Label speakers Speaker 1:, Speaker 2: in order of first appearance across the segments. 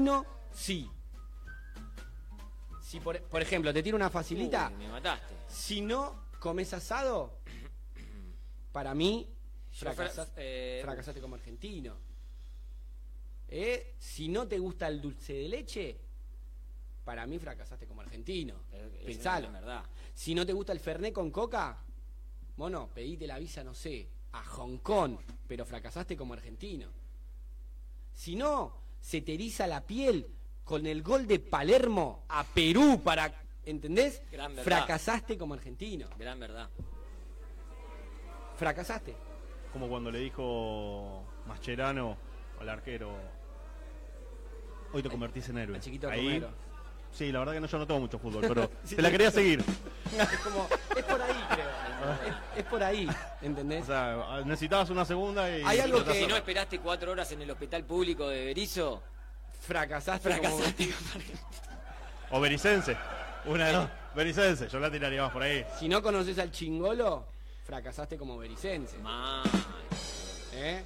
Speaker 1: No, sí. Si por, por ejemplo, te tiro una facilita,
Speaker 2: Uy, me mataste.
Speaker 1: si no comes asado, para mí
Speaker 2: Yo fra-
Speaker 1: fracasa-
Speaker 2: eh,
Speaker 1: fracasaste como argentino. ¿Eh? Si no te gusta el dulce de leche, para mí fracasaste como argentino.
Speaker 2: pero eso no Eh, es
Speaker 1: Pensalo.
Speaker 2: la verdad.
Speaker 1: Si no te gusta el fernet con coca, mono, pedite la visa, no sé, a Hong Kong, pero fracasaste como argentino. Si no, se te eriza la piel con el gol de Palermo a Perú para, ¿entendés?
Speaker 2: Gran verdad.
Speaker 1: Fracasaste como argentino.
Speaker 2: Gran verdad.
Speaker 1: Fracasaste.
Speaker 3: Como cuando le dijo Mascherano al arquero, hoy te convertís en héroe.
Speaker 1: Al chiquito
Speaker 3: Ahí,
Speaker 1: Romero.
Speaker 3: sí, la verdad que no, yo no tomo mucho fútbol, pero
Speaker 1: Sí,
Speaker 3: te la
Speaker 1: sí.
Speaker 3: quería seguir.
Speaker 1: Es como, es por ahí, creo. Es, es por ahí,
Speaker 3: O
Speaker 1: ¿entendés?
Speaker 3: sea, necesitabas una segunda y...
Speaker 1: Hay algo
Speaker 3: y
Speaker 1: que-
Speaker 3: tratás-
Speaker 2: Si no esperaste cuatro horas en el hospital público de Berizo,
Speaker 1: Fracasaste,
Speaker 2: fracasaste.
Speaker 3: O Bericense. Una de dos. Bericense, yo la tiraría más por ahí.
Speaker 1: como... Si no conoces al chingolo, fracasaste como bericense.
Speaker 2: Mal.
Speaker 1: ¿Eh?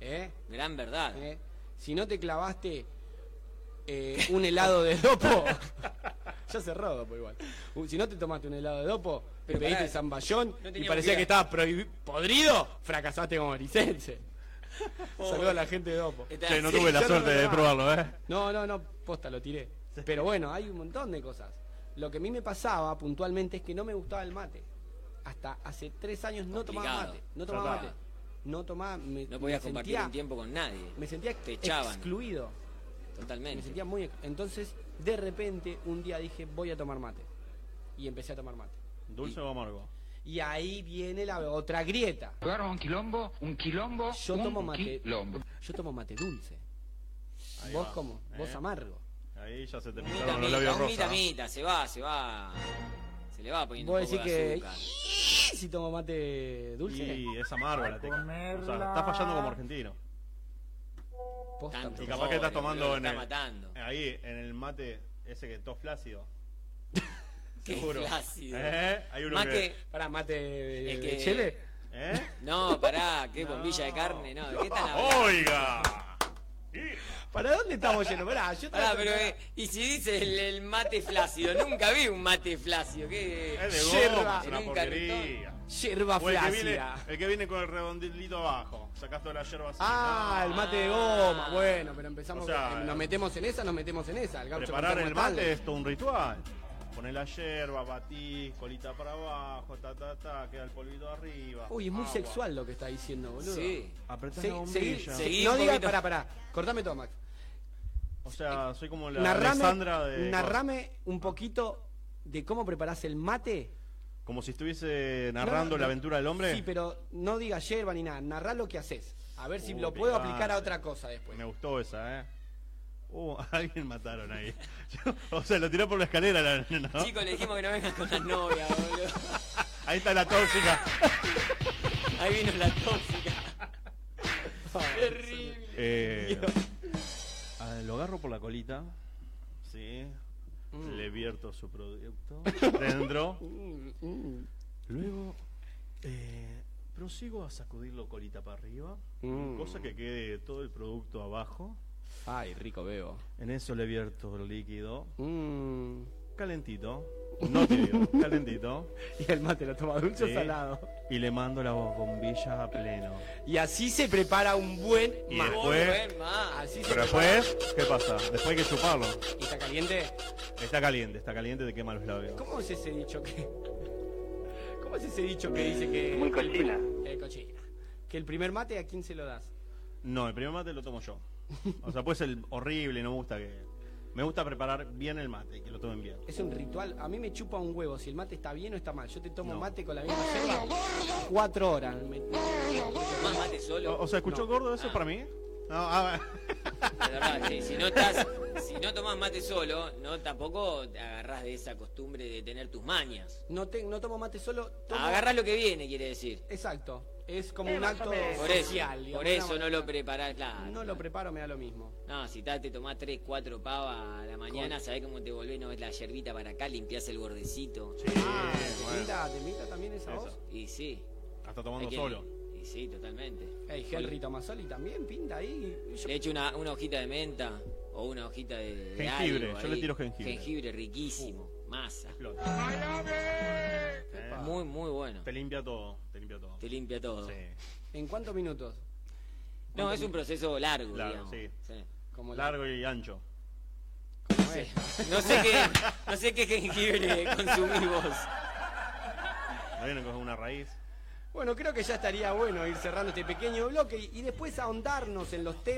Speaker 1: ¿Eh?
Speaker 2: Gran verdad.
Speaker 1: ¿Eh? Si no te clavaste eh, un helado de dopo, ya cerró dopo igual. Uh, Si no te tomaste un helado de dopo,
Speaker 2: Pero
Speaker 1: pediste
Speaker 2: pará,
Speaker 1: zamballón
Speaker 2: no
Speaker 1: y
Speaker 2: teníamos
Speaker 1: parecía
Speaker 2: idea.
Speaker 1: que estabas prohibi- podrido, fracasaste como bericense. Saludos a la gente de dopo.
Speaker 2: Está-
Speaker 3: Che, no
Speaker 2: sí.
Speaker 3: tuve la
Speaker 1: yo no
Speaker 3: suerte
Speaker 1: lo
Speaker 3: de
Speaker 1: tomaba.
Speaker 3: probarlo, ¿eh?
Speaker 1: No, no, no, posta, lo tiré. Pero bueno, hay un montón de cosas. Lo que a mí me pasaba puntualmente es que no me gustaba el mate. Hasta hace tres años no tomaba
Speaker 2: Complicado.
Speaker 1: mate. No tomaba
Speaker 3: Zarpado.
Speaker 1: mate. No tomaba. Me,
Speaker 2: No podías
Speaker 1: me
Speaker 2: compartir
Speaker 1: sentía-
Speaker 2: un tiempo con nadie.
Speaker 1: Me sentía
Speaker 2: Te echaban.
Speaker 1: excluido. Me
Speaker 2: Totalmente.
Speaker 1: sentía muy. ex- Entonces, de repente, un día dije, voy a tomar mate. Y empecé a tomar mate.
Speaker 3: ¿Dulce o amargo?
Speaker 1: Y ahí viene la otra grieta.
Speaker 4: Agarra un quilombo, un quilombo,
Speaker 1: Yo
Speaker 4: un
Speaker 1: tomo mate.
Speaker 4: quilombo.
Speaker 1: Yo tomo mate dulce.
Speaker 3: Ahí
Speaker 1: ¿Vos
Speaker 3: va.
Speaker 1: cómo? ¿Vos
Speaker 3: Eh.
Speaker 1: amargo?
Speaker 3: Ahí ya se te
Speaker 2: Un
Speaker 3: pintaron los
Speaker 2: mitamita,
Speaker 3: labios
Speaker 2: un
Speaker 3: rosas. ¿no?
Speaker 2: mitamita, se va, se va. Se le va poniendo
Speaker 1: Vos
Speaker 2: un poco
Speaker 1: decís
Speaker 2: de
Speaker 1: que.
Speaker 2: azúcar.
Speaker 1: Si tomo mate dulce.
Speaker 3: Y es amargo la teca. O sea, estás fallando como argentino.
Speaker 1: Posta,
Speaker 2: Tanto
Speaker 3: Y
Speaker 1: pero-
Speaker 3: capaz que estás
Speaker 2: Pobre,
Speaker 3: tomando
Speaker 2: boludo,
Speaker 3: en
Speaker 2: está
Speaker 3: el...
Speaker 2: matando.
Speaker 3: Ahí, en el mate ese que tos flácido.
Speaker 2: Qué
Speaker 3: Seguro.
Speaker 2: flácido.
Speaker 3: ¿Eh? Hay uno
Speaker 2: Más
Speaker 3: que...
Speaker 2: que...
Speaker 1: Pará, mate de,
Speaker 2: El
Speaker 1: de
Speaker 2: que-
Speaker 1: chele.
Speaker 3: ¿Eh?
Speaker 2: No, pará, qué
Speaker 3: No.
Speaker 2: bombilla de carne, no. ¿de ¿Qué están hablando?
Speaker 3: ¡Oiga!
Speaker 1: ¿Para dónde estamos yendo? Pará, yo
Speaker 2: Pará,
Speaker 1: trato-
Speaker 2: pero eh, y si dice el, el mate flácido, nunca vi un mate flácido, qué
Speaker 3: Es de
Speaker 1: Yerba.
Speaker 3: goma, es una
Speaker 2: En un
Speaker 3: porquería.
Speaker 1: Yerba
Speaker 3: O el que, viene,
Speaker 1: flácida.
Speaker 3: el que viene con el redondito abajo. Sacás toda la yerba así.
Speaker 1: Ah, el mate de goma. Bueno, pero empezamos.
Speaker 3: Ah. O sea,
Speaker 1: eh, nos metemos en esa, nos metemos en esa. El gaucho
Speaker 3: Preparar
Speaker 1: contó
Speaker 3: el
Speaker 1: como
Speaker 3: mate
Speaker 1: tal.
Speaker 3: es todo un ritual. Ponés la yerba, batís, colita para abajo, ta ta ta, queda el polvito arriba.
Speaker 1: Uy, es muy
Speaker 3: agua.
Speaker 1: sexual lo que está diciendo, boludo.
Speaker 2: Sí.
Speaker 3: Apretás
Speaker 1: Se-
Speaker 3: la
Speaker 1: seguí-
Speaker 3: bombilla.
Speaker 1: se-
Speaker 2: Seguí
Speaker 1: no
Speaker 2: un
Speaker 1: digas,
Speaker 2: poquito.
Speaker 1: pará, pará. Cortame todo, Max.
Speaker 3: O sea, soy como la
Speaker 1: narrame,
Speaker 3: Alessandra de.
Speaker 1: narrame un poquito de cómo preparás el mate.
Speaker 3: Como si estuviese
Speaker 1: No, no,
Speaker 3: narrando
Speaker 1: no.
Speaker 3: la aventura del hombre.
Speaker 1: Sí, pero no digas yerba ni nada. Narrá lo que haces. A ver si
Speaker 3: Uh,
Speaker 1: lo puedo
Speaker 3: picante.
Speaker 1: aplicar a otra cosa después.
Speaker 3: Me gustó esa, ¿eh? Uh, a alguien mataron ahí. o sea, lo tiró por la escalera la nena, ¿no?
Speaker 2: Chicos, le dijimos que no vengan con las novias, boludo.
Speaker 3: Ahí está la tóxica.
Speaker 2: Ahí vino la tóxica. Terrible.
Speaker 3: Eh, ah, lo agarro por la colita. Sí. Le vierto su producto dentro.
Speaker 1: Mm, mm,
Speaker 3: Luego eh, prosigo a sacudirlo colita para arriba.
Speaker 1: Mm.
Speaker 3: Cosa que quede todo el producto abajo.
Speaker 1: Ay, rico veo.
Speaker 3: En eso le vierto el líquido.
Speaker 1: Mm.
Speaker 3: Calentito. No tibio, calentito.
Speaker 1: Y el mate lo toma dulce
Speaker 3: Sí.
Speaker 1: o salado.
Speaker 3: Y le mando la bombilla a pleno.
Speaker 1: Y así se prepara un buen
Speaker 3: Y
Speaker 1: mate.
Speaker 2: Muy
Speaker 3: Después-
Speaker 2: buen mate.
Speaker 1: Así se
Speaker 3: Pero
Speaker 1: prepara-
Speaker 3: después, ¿qué pasa? Después hay que chuparlo.
Speaker 1: ¿Y está caliente?
Speaker 3: Está caliente, está caliente, te quema los labios.
Speaker 1: ¿Cómo es ese dicho que.? ¿Cómo es ese dicho que dice que. Muy cochina. Eh, cochina. Que el primer mate a quién se lo das.
Speaker 3: No, el primer mate lo tomo yo. O sea, pues el horrible, no me gusta que. Me gusta preparar bien el mate, que lo tomen bien.
Speaker 1: Es un ritual. A mí me chupa un huevo si el mate está bien o está mal. Yo te tomo
Speaker 3: No.
Speaker 1: mate con la misma yerba cuatro horas. Me-
Speaker 2: Más mate solo.
Speaker 3: O, o sea,
Speaker 1: No.
Speaker 3: ¿escuchó gordo eso para mí? No, ah,
Speaker 2: De verdad, sí, si no estás, si no tomás mate solo, no tampoco te agarrás de esa costumbre de tener tus mañas.
Speaker 1: No, te- no tomo mate solo. tomo-
Speaker 2: Agarrás lo que viene, quiere decir.
Speaker 1: Exacto. Es como un acto
Speaker 2: Por eso,
Speaker 1: social. digamos,
Speaker 2: por eso
Speaker 1: una-
Speaker 2: no lo preparás, claro.
Speaker 1: No lo preparo, me da lo mismo.
Speaker 2: No, si ta- te tomás 3, 4 pavas a la mañana,
Speaker 1: Con-
Speaker 2: sabés cómo te volvés, no ves la yerbita para acá, limpiás el bordecito.
Speaker 3: sí,
Speaker 1: Ah, ¿te
Speaker 3: bueno.
Speaker 1: invita, te invita también esa
Speaker 3: Esa.
Speaker 1: voz?
Speaker 2: Y sí.
Speaker 3: Hasta
Speaker 2: hay
Speaker 3: tomando
Speaker 2: que-
Speaker 3: solo.
Speaker 2: Y sí, totalmente.
Speaker 1: Ey, Henry Tomasoli también pinta ahí. Yo-
Speaker 2: Le echo una, una hojita de menta, o una hojita de, de
Speaker 3: Jengibre,
Speaker 2: algo
Speaker 3: yo le
Speaker 2: ahí.
Speaker 3: tiro jengibre.
Speaker 2: Jengibre riquísimo, masa.
Speaker 3: Explota.
Speaker 2: Eh, Muy, muy bueno.
Speaker 3: Ah. Te limpia todo, te limpia todo.
Speaker 2: Te limpia todo.
Speaker 3: Sí.
Speaker 1: ¿En cuántos minutos?
Speaker 2: No, es un proceso largo,
Speaker 3: Largo,
Speaker 2: digamos.
Speaker 3: sí.
Speaker 1: Como la-
Speaker 3: Largo y ancho.
Speaker 1: como es.
Speaker 2: No sé qué, no sé qué jengibre consumís vos.
Speaker 3: ¿No vienen con una raíz?
Speaker 1: Bueno, creo que ya estaría bueno ir cerrando este pequeño bloque y- y después ahondarnos en los temas.